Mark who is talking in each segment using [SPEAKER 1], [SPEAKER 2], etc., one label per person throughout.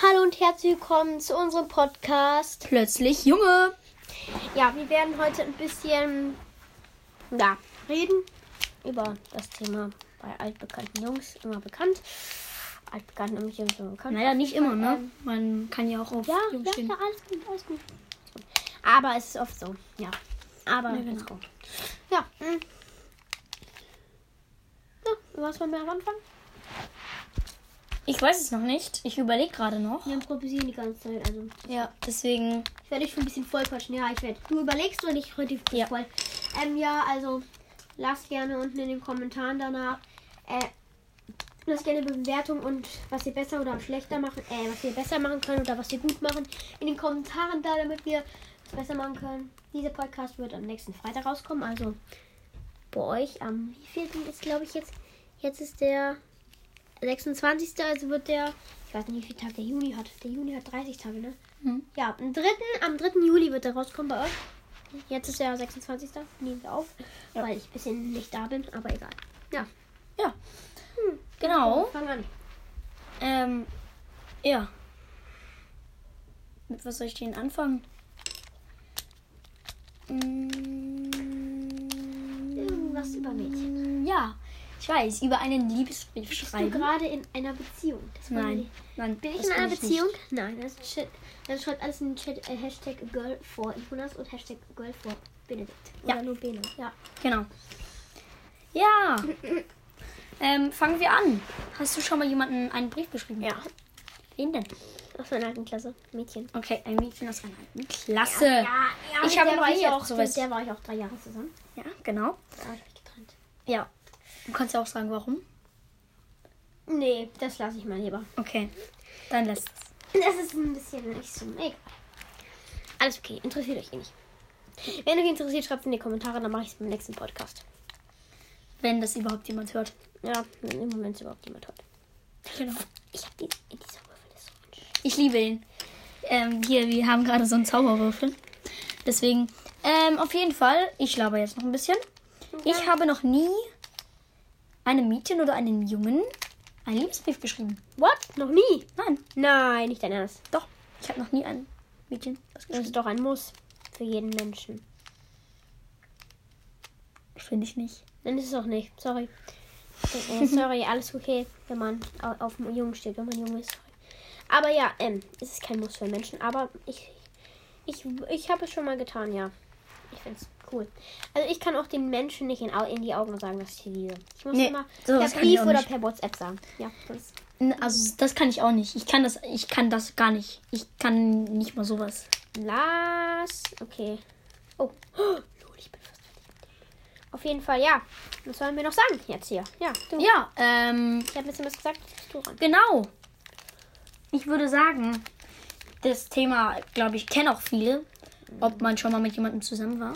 [SPEAKER 1] Hallo und herzlich willkommen zu unserem Podcast.
[SPEAKER 2] Plötzlich Junge.
[SPEAKER 1] Ja, wir werden heute ein bisschen ja, reden über das Thema bei altbekannten Jungs, immer bekannt. Altbekannt nämlich immer bekannt.
[SPEAKER 2] Naja, nicht immer, ne? Man kann ja auch auf
[SPEAKER 1] Ähm. Ja,
[SPEAKER 2] Jung
[SPEAKER 1] ja,
[SPEAKER 2] stehen.
[SPEAKER 1] ja, alles gut, alles gut. Aber es ist oft so, ja. Aber
[SPEAKER 2] Ja, genau.
[SPEAKER 1] let's go. Ja. mm. Ja, was wollen wir am Anfang?
[SPEAKER 2] Ich weiß es noch nicht. Ich überlege gerade noch.
[SPEAKER 1] Wir improvisieren die ganze Zeit, also.
[SPEAKER 2] Ja, deswegen.
[SPEAKER 1] Ich werde dich schon ein bisschen vollquatschen. Ja, ich werde. Du überlegst und ich rede dich
[SPEAKER 2] Ja.
[SPEAKER 1] voll. Ähm, ja, also lasst gerne unten in den Kommentaren danach. Äh, lasst gerne Bewertung und was ihr besser oder schlechter machen, äh, was ihr besser machen könnt oder was ihr gut machen in den Kommentaren da, damit wir es besser machen können. Dieser Podcast wird am nächsten Freitag rauskommen, also bei euch am wievielten ist glaube ich jetzt jetzt ist der 26. also wird der ich weiß nicht wie viel Tag der Juni hat. Der Juni hat 30 Tage, ne?
[SPEAKER 2] Hm.
[SPEAKER 1] Ja, am 3. am 3. Juli wird er rauskommen bei euch. Jetzt ist der 26. Nehmen wir auf,
[SPEAKER 2] Ja.
[SPEAKER 1] weil ich ein bisschen nicht da bin, aber egal. Ja,
[SPEAKER 2] Ja.
[SPEAKER 1] Hm.
[SPEAKER 2] Genau.
[SPEAKER 1] fang an.
[SPEAKER 2] Ähm, ja. Mit was soll ich denn anfangen?
[SPEAKER 1] Hm.
[SPEAKER 2] Mm,
[SPEAKER 1] Irgendwas über Mädchen.
[SPEAKER 2] ja, ich weiß. Über einen Liebesbrief
[SPEAKER 1] Bist
[SPEAKER 2] schreiben.
[SPEAKER 1] du gerade in einer Beziehung? Das wollen wir
[SPEAKER 2] Nein.
[SPEAKER 1] nicht.
[SPEAKER 2] Nein.
[SPEAKER 1] Bin ich
[SPEAKER 2] das
[SPEAKER 1] in einer
[SPEAKER 2] bin nicht.
[SPEAKER 1] Beziehung? Nein, das ist ein Chat. Dann schreibt alles in den Chat äh, Hashtag Girl vor Jonas und Hashtag Girl vor Benedikt.
[SPEAKER 2] Ja.
[SPEAKER 1] Oder nur Bene. Ja.
[SPEAKER 2] Genau. Ja. ähm, fangen wir an. Hast du schon mal jemanden einen Brief geschrieben?
[SPEAKER 1] Ja.
[SPEAKER 2] Wen denn?
[SPEAKER 1] Aus meiner alten Klasse. Mädchen.
[SPEAKER 2] Okay, ein Mädchen aus einer alten Klasse. Ich
[SPEAKER 1] mit
[SPEAKER 2] habe
[SPEAKER 1] der
[SPEAKER 2] noch
[SPEAKER 1] war
[SPEAKER 2] nie
[SPEAKER 1] ich auch,
[SPEAKER 2] sowas.
[SPEAKER 1] Mit der war ich auch drei Jahre zusammen.
[SPEAKER 2] Ja, genau.
[SPEAKER 1] Da habe ich mich getrennt.
[SPEAKER 2] Ja. Du kannst ja auch sagen, warum.
[SPEAKER 1] Nee, das lasse ich mal lieber.
[SPEAKER 2] Okay. Dann lass es.
[SPEAKER 1] Das ist ein bisschen nicht so. Egal. Alles okay, interessiert euch eh nicht. Wenn euch interessiert, schreibt in die Kommentare, dann mache ich es beim nächsten Podcast.
[SPEAKER 2] Wenn das überhaupt jemand hört.
[SPEAKER 1] Ja, im Moment überhaupt niemand hört.
[SPEAKER 2] Genau.
[SPEAKER 1] Ich habe die, dieser Würfel ist so anstrengend.
[SPEAKER 2] Ich liebe ihn. Ähm, hier, wir haben gerade so einen Zauberwürfel. Deswegen, ähm, auf jeden Fall, ich laber jetzt noch ein bisschen. Ich habe noch nie einem Mädchen oder einem Jungen einen Liebesbrief geschrieben.
[SPEAKER 1] What? Noch nie?
[SPEAKER 2] Nein,
[SPEAKER 1] Nein, nicht dein Ernst.
[SPEAKER 2] doch. Ich habe noch nie einem Mädchen was
[SPEAKER 1] Das
[SPEAKER 2] geschrieben.
[SPEAKER 1] ist doch ein Muss für jeden Menschen.
[SPEAKER 2] Finde ich nicht.
[SPEAKER 1] Dann ist es auch nicht. Sorry. Äh, sorry, alles okay, wenn man au- auf dem Jungen steht, wenn man jung ist. Sorry. Aber ja, ähm, es ist kein Muss für Menschen. Aber ich, ich, ich habe es schon mal getan, ja. Ich finde es cool. Also ich kann auch den Menschen nicht in, Au- in die Augen sagen, dass ich sie liebe. Ich muss
[SPEAKER 2] Nee,
[SPEAKER 1] immer per
[SPEAKER 2] sowas kann ich
[SPEAKER 1] Brief
[SPEAKER 2] auch
[SPEAKER 1] oder
[SPEAKER 2] nicht.
[SPEAKER 1] per WhatsApp sagen. Ja, das,
[SPEAKER 2] N- Also das kann ich auch nicht. Ich kann das, ich kann das gar nicht. Ich kann nicht mal sowas.
[SPEAKER 1] Lars. Okay. Oh. Lol, ich bin fast fertig. Auf jeden Fall, ja. Was sollen wir noch sagen jetzt hier? Ja, du.
[SPEAKER 2] Ja, ähm,
[SPEAKER 1] Ich habe ein bisschen was gesagt. Du ran.
[SPEAKER 2] genau. Ich würde sagen, das Thema, glaube ich, kennen auch viele, ob man schon mal mit jemandem zusammen war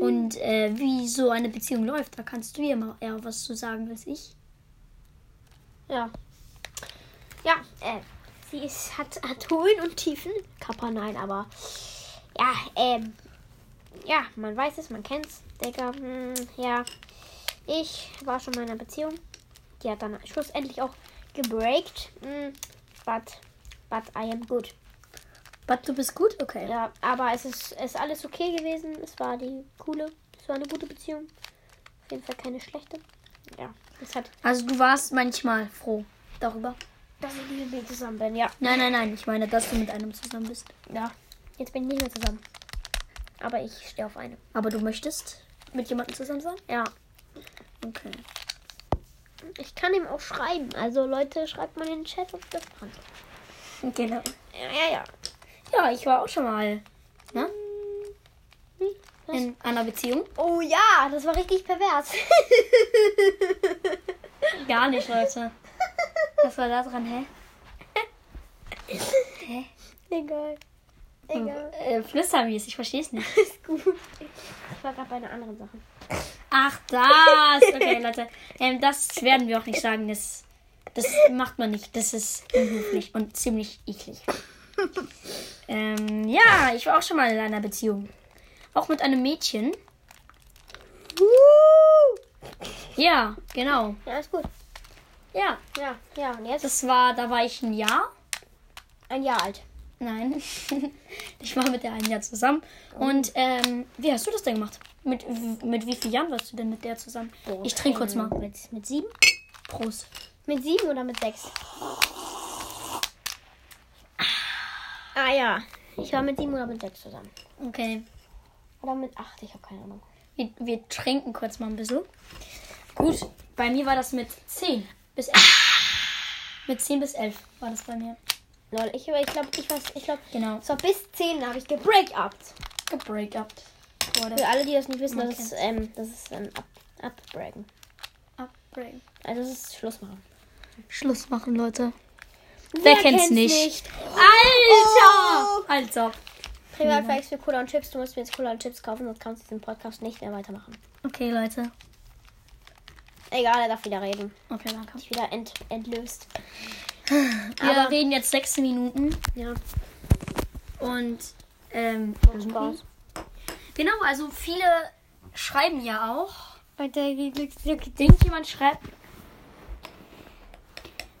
[SPEAKER 2] und äh, wie so eine Beziehung läuft. Da kannst du ja mal eher was zu sagen als ich.
[SPEAKER 1] Ja. Ja, äh, sie ist, hat, hat Höhen und Tiefen. Kappa, nein, aber. Ja, ähm. Ja, man weiß es, man kennt's. Digga, hm, ja. Ich war schon mal in einer Beziehung. Die hat dann schlussendlich auch gebreakt. Hm, but, but I am good.
[SPEAKER 2] Aber du bist gut, okay.
[SPEAKER 1] Ja, aber es ist, es ist alles okay gewesen. Es war die coole, es war eine gute Beziehung. Auf jeden Fall keine schlechte. Ja, es hat,
[SPEAKER 2] Also du warst manchmal froh darüber.
[SPEAKER 1] dass ich mit mir zusammen bin, ja.
[SPEAKER 2] Nein, nein, nein. Ich meine, dass du mit einem zusammen bist.
[SPEAKER 1] Ja, jetzt bin ich nicht mehr zusammen. Aber ich stehe auf eine.
[SPEAKER 2] Aber du möchtest mit jemandem zusammen sein?
[SPEAKER 1] Ja.
[SPEAKER 2] Okay.
[SPEAKER 1] Ich kann ihm auch schreiben. Also Leute, schreibt mal in den Chat, ob das kann.
[SPEAKER 2] Genau.
[SPEAKER 1] Ja, ja, ja.
[SPEAKER 2] Ja, ich war auch schon mal ne?
[SPEAKER 1] Hm, was?
[SPEAKER 2] in einer Beziehung.
[SPEAKER 1] Oh ja, das war richtig pervers.
[SPEAKER 2] Gar nicht, Leute. Was war da dran, hä?
[SPEAKER 1] Egal. Egal.
[SPEAKER 2] Äh, flüstermäßig, ich verstehe es nicht.
[SPEAKER 1] Ist gut. Ich war gerade bei einer anderen Sache.
[SPEAKER 2] Ach, das! Okay, Leute. Ähm, das werden wir auch nicht sagen. Das, das macht man nicht. Das ist unhöflich und ziemlich eklig. Ähm, ja, ich war auch schon mal in einer Beziehung. Auch mit einem Mädchen. Ja, genau.
[SPEAKER 1] Ja, ist gut.
[SPEAKER 2] Ja,
[SPEAKER 1] Ja, ja, und jetzt?
[SPEAKER 2] das war, da war ich ein Jahr
[SPEAKER 1] Ein Jahr alt.
[SPEAKER 2] Nein. ich war mit der ein Jahr zusammen. Und ähm, wie hast du das denn gemacht? Mit, w- mit wie vielen Jahren warst du denn mit der zusammen? ich trinke kurz mal.
[SPEAKER 1] Mit, mit sieben?
[SPEAKER 2] Prost.
[SPEAKER 1] Mit sieben oder mit sechs? Ah ja. Ich war mit sieben oder mit sechs zusammen.
[SPEAKER 2] Okay.
[SPEAKER 1] Oder mit acht, ich habe keine Ahnung.
[SPEAKER 2] Wir, wir trinken kurz mal ein bisschen. Gut, bei mir war das mit 10 bis 11. Mit 10 bis 11 war das bei mir.
[SPEAKER 1] Lol, ich, ich glaube, ich weiß, ich glaube,
[SPEAKER 2] Genau.
[SPEAKER 1] so bis zehn habe ich gebreakupt.
[SPEAKER 2] Gebreakupt wurde.
[SPEAKER 1] Für alle, die das nicht wissen,
[SPEAKER 2] Man
[SPEAKER 1] das ist, ähm, das ist ähm, ab, abbreaken.
[SPEAKER 2] Upbreak.
[SPEAKER 1] Also das ist Schluss machen.
[SPEAKER 2] Schluss machen, Leute.
[SPEAKER 1] Wer
[SPEAKER 2] kennt's
[SPEAKER 1] kennt's
[SPEAKER 2] nicht?
[SPEAKER 1] nicht?
[SPEAKER 2] Alter! Alter.
[SPEAKER 1] Privatflex für Cola und Chips. Du musst mir jetzt Cola und Chips kaufen, sonst kannst du diesen Podcast nicht mehr weitermachen.
[SPEAKER 2] Okay, Leute.
[SPEAKER 1] Egal, er darf wieder reden.
[SPEAKER 2] Okay, danke.
[SPEAKER 1] Dich wieder ent, entlöst.
[SPEAKER 2] Wir
[SPEAKER 1] Aber-
[SPEAKER 2] reden jetzt 6 Minuten
[SPEAKER 1] Ja.
[SPEAKER 2] und ähm,
[SPEAKER 1] Spaß.
[SPEAKER 2] genau, also viele schreiben ja auch.
[SPEAKER 1] Weiter geht's.
[SPEAKER 2] Irgendjemand schreibt.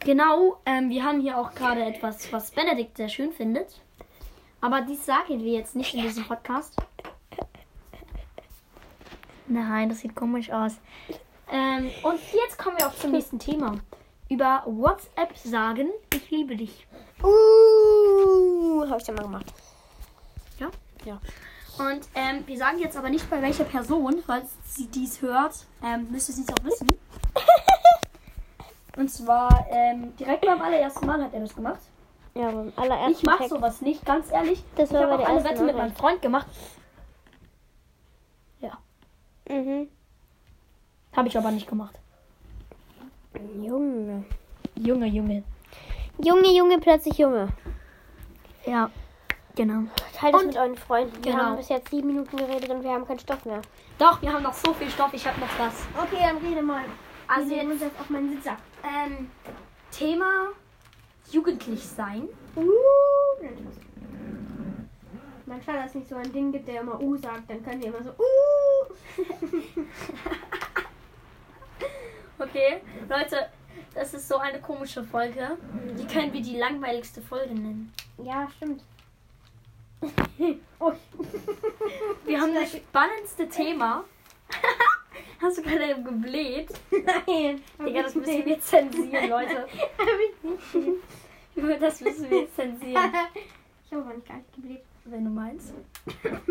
[SPEAKER 2] Genau, ähm, wir haben hier auch gerade etwas, was Benedikt sehr schön findet. Aber dies sagen wir jetzt nicht in diesem Podcast. Nein, das sieht komisch aus. Ähm, und jetzt kommen wir auch zum nächsten Thema. Über WhatsApp sagen, ich liebe dich.
[SPEAKER 1] Uh, hab ich ja mal gemacht.
[SPEAKER 2] Ja?
[SPEAKER 1] Ja.
[SPEAKER 2] Und ähm, wir sagen jetzt aber nicht bei welcher Person, falls sie dies hört, ähm, müsste sie es auch wissen. Und zwar ähm, direkt beim allerersten Mal hat er das gemacht.
[SPEAKER 1] Ja, beim allerersten
[SPEAKER 2] Ich mach
[SPEAKER 1] Text.
[SPEAKER 2] sowas nicht, ganz ehrlich.
[SPEAKER 1] Das
[SPEAKER 2] ich
[SPEAKER 1] war bei
[SPEAKER 2] habe auch
[SPEAKER 1] der
[SPEAKER 2] eine
[SPEAKER 1] ersten
[SPEAKER 2] Wette mit meinem
[SPEAKER 1] Nachricht.
[SPEAKER 2] Freund gemacht.
[SPEAKER 1] Mhm.
[SPEAKER 2] Habe ich aber nicht gemacht.
[SPEAKER 1] Junge.
[SPEAKER 2] Junge, Junge.
[SPEAKER 1] Junge, Junge, plötzlich Junge.
[SPEAKER 2] Ja, genau.
[SPEAKER 1] Teilt das
[SPEAKER 2] Und-
[SPEAKER 1] mit euren Freunden. Wir
[SPEAKER 2] Genau.
[SPEAKER 1] haben bis jetzt sieben Minuten geredet und wir haben keinen Stoff mehr.
[SPEAKER 2] Doch, wir haben noch so viel Stoff, ich habe noch was.
[SPEAKER 1] Okay, dann rede mal.
[SPEAKER 2] Also
[SPEAKER 1] Wir nehmen
[SPEAKER 2] jetzt,
[SPEAKER 1] uns jetzt auf meinen Sitzer.
[SPEAKER 2] ähm, Thema jugendlich sein.
[SPEAKER 1] Uh, Manchmal, dass es nicht so ein Ding gibt, der immer U sagt, dann können wir immer so Uh.
[SPEAKER 2] Okay, Leute, das ist so eine komische Folge. Die können wir die langweiligste Folge nennen.
[SPEAKER 1] ja, stimmt. oh.
[SPEAKER 2] Wir haben das spannendste Thema. Hast du gerade gebläht?
[SPEAKER 1] Nein.
[SPEAKER 2] Digga, das müssen wir zensieren, Leute. Das müssen wir jetzt zensieren.
[SPEAKER 1] Ich habe aber nicht gar nicht gebläht.
[SPEAKER 2] Wenn du meinst.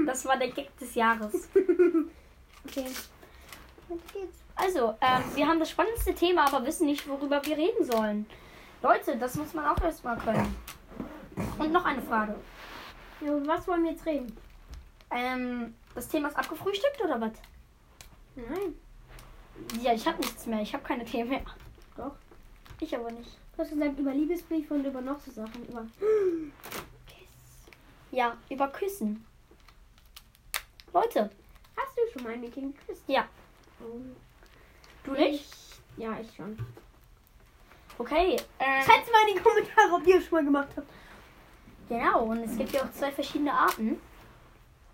[SPEAKER 2] Das war der Gag des Jahres.
[SPEAKER 1] Okay. Jetzt geht's.
[SPEAKER 2] Also, ähm, wir haben das spannendste Thema, aber wissen nicht, worüber wir reden sollen. Leute, das muss man auch erstmal können. Und noch eine Frage.
[SPEAKER 1] Ja, über was wollen wir jetzt reden?
[SPEAKER 2] Ähm, das Thema ist abgefrühstückt oder was?
[SPEAKER 1] Nein.
[SPEAKER 2] Ja, ich habe nichts mehr. Ich habe keine Themen mehr.
[SPEAKER 1] Doch.
[SPEAKER 2] Ich aber nicht.
[SPEAKER 1] Du hast gesagt, über Liebesbriefe und über noch so Sachen. Über
[SPEAKER 2] Ja, über Küssen. Leute,
[SPEAKER 1] Hast du schon mal ein Mädchen geküsst?
[SPEAKER 2] Ja.
[SPEAKER 1] Oh.
[SPEAKER 2] du nicht?
[SPEAKER 1] Ja, ich schon.
[SPEAKER 2] Okay. Ähm,
[SPEAKER 1] Schreibt mal in die Kommentare, ob ihr es schon mal gemacht habt.
[SPEAKER 2] genau, und es gibt ja auch zwei verschiedene Arten.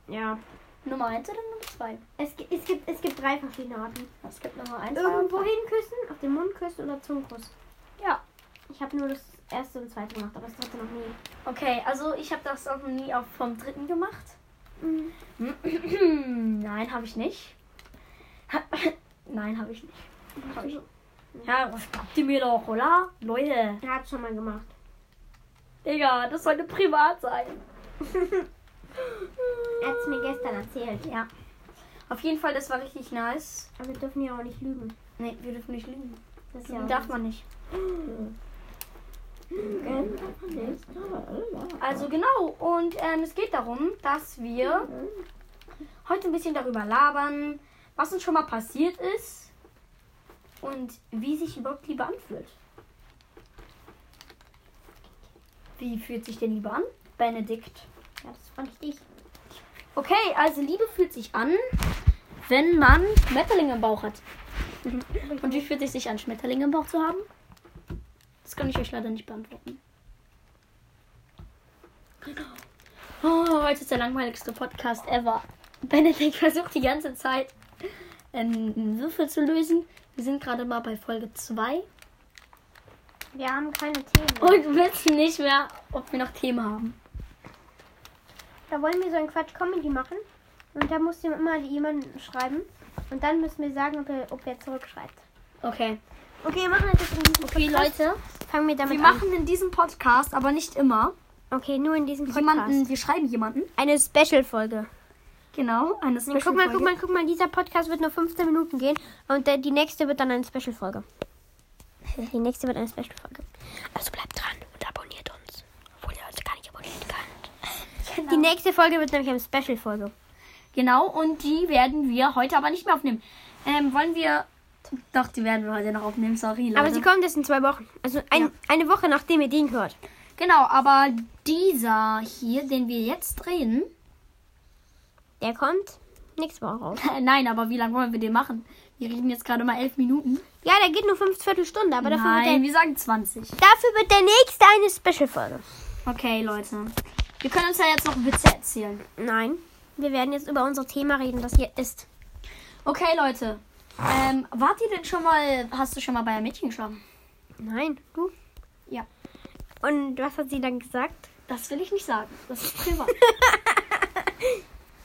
[SPEAKER 1] Ja.
[SPEAKER 2] Nummer eins oder Nummer zwei?
[SPEAKER 1] Es, gi- es, gibt, es gibt drei verschiedene Arten.
[SPEAKER 2] Es gibt Nummer eins.
[SPEAKER 1] Irgendwo
[SPEAKER 2] aber-
[SPEAKER 1] hinküssen, auf den Mund küssen oder Zungenkuss.
[SPEAKER 2] Ja.
[SPEAKER 1] Ich habe nur das erste und zweite gemacht, aber das dritte noch nie.
[SPEAKER 2] Okay, also ich habe das auch noch nie auf vom dritten gemacht.
[SPEAKER 1] Mhm.
[SPEAKER 2] Nein, habe ich nicht. Nein, habe ich nicht. Hab ich. Ja, was habt ihr mir doch, oder? Leute.
[SPEAKER 1] Er hat schon mal gemacht.
[SPEAKER 2] Digga, das sollte privat sein.
[SPEAKER 1] Er hat es mir gestern erzählt.
[SPEAKER 2] Ja. Auf jeden Fall, das war richtig nice.
[SPEAKER 1] Aber wir dürfen ja auch nicht lügen.
[SPEAKER 2] Nee, wir dürfen nicht lügen.
[SPEAKER 1] Das ist ja
[SPEAKER 2] Lügen darf man nicht. Also genau, und ähm, es geht darum, dass wir heute ein bisschen darüber labern, was uns schon mal passiert ist und wie sich überhaupt Liebe anfühlt. Wie fühlt sich denn Liebe an? Benedikt.
[SPEAKER 1] Ja, das fand ich dich.
[SPEAKER 2] Okay, also Liebe fühlt sich an, wenn man Schmetterlinge im Bauch hat. Mhm. Und wie fühlt es sich an, Schmetterlinge im Bauch zu haben? Das kann ich euch leider nicht beantworten. Oh, heute ist der langweiligste Podcast ever. Benedikt versucht die ganze Zeit, ähm, Würfel zu lösen. Wir sind gerade mal bei Folge 2.
[SPEAKER 1] Wir haben keine Themen.
[SPEAKER 2] Und wissen nicht mehr, ob wir noch Themen haben.
[SPEAKER 1] Da wollen wir so einen Quatsch Comedy machen. Und da muss immer jemand schreiben. Und dann müssen wir sagen, ob er, ob er zurückschreibt.
[SPEAKER 2] Okay.
[SPEAKER 1] Okay, wir machen das jetzt in diesem
[SPEAKER 2] Okay,
[SPEAKER 1] Podcast.
[SPEAKER 2] Leute.
[SPEAKER 1] Fangen wir damit
[SPEAKER 2] Wir
[SPEAKER 1] an.
[SPEAKER 2] machen in diesem Podcast, aber nicht immer,
[SPEAKER 1] Okay, nur in diesem Podcast.
[SPEAKER 2] jemanden, wir schreiben jemanden.
[SPEAKER 1] Eine Special-Folge.
[SPEAKER 2] Genau, eine Special
[SPEAKER 1] Guck mal, guck mal, guck mal. Dieser Podcast wird nur 15 Minuten gehen. Und der, die nächste wird dann eine Special-Folge. Die nächste wird eine Special-Folge. Also bleibt dran und abonniert uns. Obwohl ihr uns gar nicht abonnieren könnt. Genau. Die nächste Folge wird nämlich eine Special-Folge.
[SPEAKER 2] Genau, und die werden wir heute aber nicht mehr aufnehmen. Ähm, wollen wir. Doch, die werden wir heute noch aufnehmen, sorry. Leute.
[SPEAKER 1] Aber sie kommt erst in zwei Wochen. Also ein, eine Woche, nachdem ihr den hört.
[SPEAKER 2] Genau, aber dieser hier, den wir jetzt drehen.
[SPEAKER 1] Der kommt nächste Woche raus.
[SPEAKER 2] Nein, aber wie lange wollen wir den machen? Wir reden jetzt gerade mal elf Minuten.
[SPEAKER 1] Ja, der geht nur fünf Viertelstunde, aber dafür wird, der,
[SPEAKER 2] Nein, wir sagen 20.
[SPEAKER 1] dafür wird der nächste eine Special-Folge.
[SPEAKER 2] Okay, Leute. Wir können uns ja jetzt noch Witze erzählen.
[SPEAKER 1] Nein, wir werden jetzt über unser Thema reden, das hier ist.
[SPEAKER 2] Okay, Leute. Ähm, wart ihr denn schon mal. Hast du schon mal bei einem Mädchen geschlafen?
[SPEAKER 1] Nein, du?
[SPEAKER 2] Ja.
[SPEAKER 1] Und was hat sie dann gesagt?
[SPEAKER 2] Das will ich nicht sagen. Das ist privat.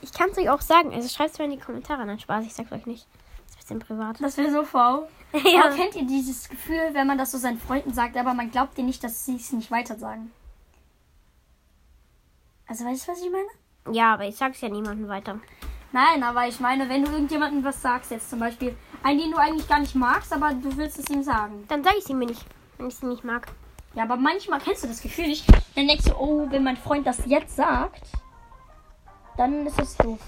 [SPEAKER 1] Ich kann es euch auch sagen. Also schreibt es mir in die Kommentare. Nein, Spaß, ich sag's euch nicht. Das ist ein bisschen privat.
[SPEAKER 2] das wäre so faul.
[SPEAKER 1] Ja.
[SPEAKER 2] Aber kennt ihr dieses Gefühl, wenn man das so seinen Freunden sagt, aber man glaubt dir nicht, dass sie es nicht weiter sagen? Also weißt du, was ich meine?
[SPEAKER 1] Ja, aber ich sag's ja niemandem weiter.
[SPEAKER 2] Nein, aber ich meine, wenn du irgendjemandem was sagst, jetzt zum Beispiel, einen, den du eigentlich gar nicht magst, aber du willst es ihm sagen.
[SPEAKER 1] Dann sage ich sie mir nicht, wenn ich sie nicht mag.
[SPEAKER 2] Ja, aber manchmal kennst du das Gefühl nicht. Dann denkst du, oh, wenn mein Freund das jetzt sagt, dann ist es doof.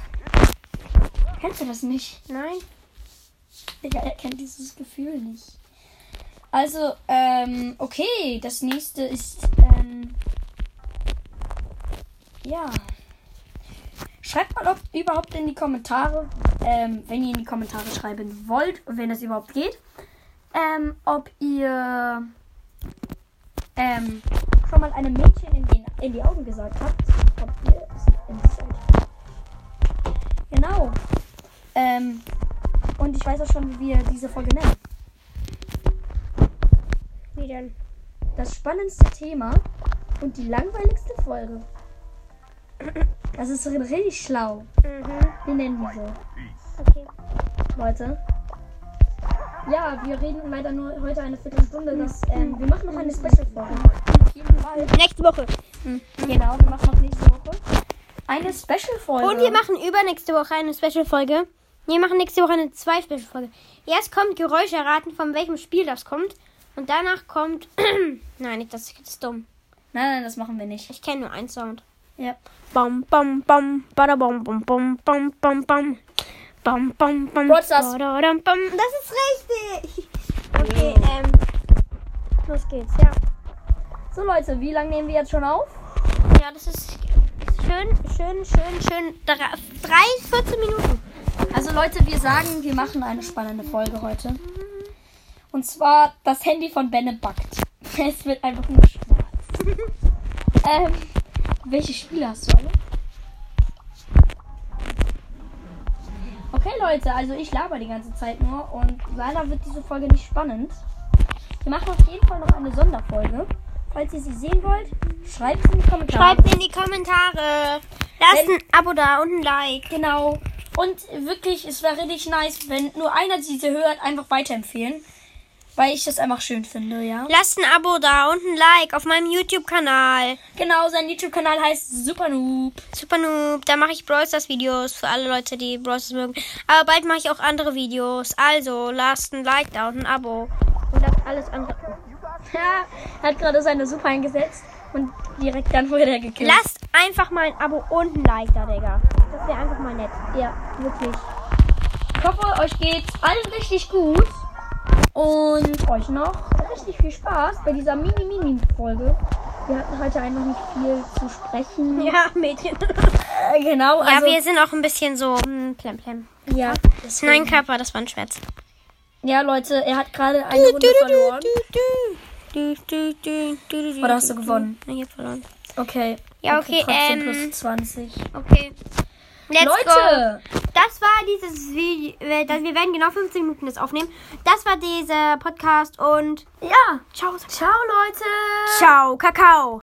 [SPEAKER 2] Kennst du das nicht?
[SPEAKER 1] Nein.
[SPEAKER 2] Digga, er kennt dieses Gefühl nicht. Also, ähm, okay, das nächste ist, ähm, ja. Schreibt mal ob, überhaupt in die Kommentare, ähm, wenn ihr in die Kommentare schreiben wollt, wenn es überhaupt geht, ähm, ob ihr, ähm, schon mal einem Mädchen in, den, in die Augen gesagt habt, ob ihr es in die Zeit. Genau. Ähm, und ich weiß auch schon, wie wir diese Folge nennen.
[SPEAKER 1] Wie denn?
[SPEAKER 2] Das spannendste Thema und die langweiligste Folge. Das ist ri- richtig schlau.
[SPEAKER 1] Mhm.
[SPEAKER 2] Wir nennen die so,
[SPEAKER 1] Okay.
[SPEAKER 2] Leute. Ja, wir reden leider nur heute eine Viertelstunde. Das, ähm, wir machen noch eine Special-Folge. Auf jeden Fall.
[SPEAKER 1] Nächste Woche.
[SPEAKER 2] Genau, wir machen noch nächste Woche eine Special-Folge.
[SPEAKER 1] Und wir machen übernächste Woche eine Special-Folge. Wir machen nächste Woche eine zwei Special-Folge. Erst kommt Geräusche erraten, von welchem Spiel das kommt. Und danach kommt. Nein, nicht, das ist dumm.
[SPEAKER 2] Nein, nein, das machen wir nicht.
[SPEAKER 1] Ich kenne nur einen Sound.
[SPEAKER 2] Ja.
[SPEAKER 1] Bam, bam, bam, bada, bam, bam, bam, bam, bam, bam. Bam, bam, bam.
[SPEAKER 2] Brawl Stars.
[SPEAKER 1] badadam, bam. Das ist richtig. Okay, ähm. Los geht's, ja.
[SPEAKER 2] So, Leute, wie lange nehmen wir jetzt schon auf?
[SPEAKER 1] Ja, das ist schön, schön, schön, schön. Drei, drei 14 Minuten.
[SPEAKER 2] Also Leute, wir sagen, wir machen eine spannende Folge heute. Und zwar das Handy von Benne backt. Es wird einfach nur schwarz. ähm, welche Spiele hast du alle? Okay Leute, also ich laber die ganze Zeit nur und leider wird diese Folge nicht spannend. Wir machen auf jeden Fall noch eine Sonderfolge. Falls ihr sie sehen wollt, schreibt sie in die Kommentare.
[SPEAKER 1] Schreibt in die Kommentare. Lasst
[SPEAKER 2] Wenn-
[SPEAKER 1] ein Abo da und ein Like.
[SPEAKER 2] Genau. Und wirklich, es wäre richtig nice, wenn nur einer diese hört, einfach weiterempfehlen. Weil ich das einfach schön finde, ja.
[SPEAKER 1] Lasst ein Abo da und ein Like auf meinem YouTube-Kanal.
[SPEAKER 2] Genau, sein YouTube-Kanal heißt Super Noob.
[SPEAKER 1] Super Noob, da mache ich Brawl Stars Videos für alle Leute, die Brawl Stars mögen. Aber bald mache ich auch andere Videos. Also lasst ein Like da und ein Abo. Und das alles andere.
[SPEAKER 2] Ja, hat gerade seine Super eingesetzt und direkt dann wurde er gekillt.
[SPEAKER 1] Lasst einfach mal ein Abo und ein Like da, Digga. Das wäre einfach mal nett.
[SPEAKER 2] Ja.
[SPEAKER 1] Wirklich.
[SPEAKER 2] Ich hoffe, euch geht's allen richtig gut. Und euch noch richtig viel Spaß bei dieser Mini-Mini-Folge. Wir hatten heute einfach nicht viel zu sprechen.
[SPEAKER 1] Ja, Mädchen.
[SPEAKER 2] Äh, genau,
[SPEAKER 1] Ja,
[SPEAKER 2] also.
[SPEAKER 1] wir sind auch ein bisschen so. hm, Plem, plem.
[SPEAKER 2] ja,
[SPEAKER 1] Nein, Körper, das war ein Schmerz.
[SPEAKER 2] ja, Leute, er hat gerade eine Runde verloren. Oder hast du gewonnen?
[SPEAKER 1] Ich hab verloren.
[SPEAKER 2] Okay.
[SPEAKER 1] Ja, okay,
[SPEAKER 2] trotzdem
[SPEAKER 1] ähm,
[SPEAKER 2] plus 20.
[SPEAKER 1] Okay. Let's
[SPEAKER 2] Leute!
[SPEAKER 1] Das war dieses Video. äh, das- Wir werden genau 15 Minuten das aufnehmen. Das war dieser Podcast und
[SPEAKER 2] Ja!
[SPEAKER 1] ciao. sag-
[SPEAKER 2] Ciao, Leute!
[SPEAKER 1] Ciao, Kakao.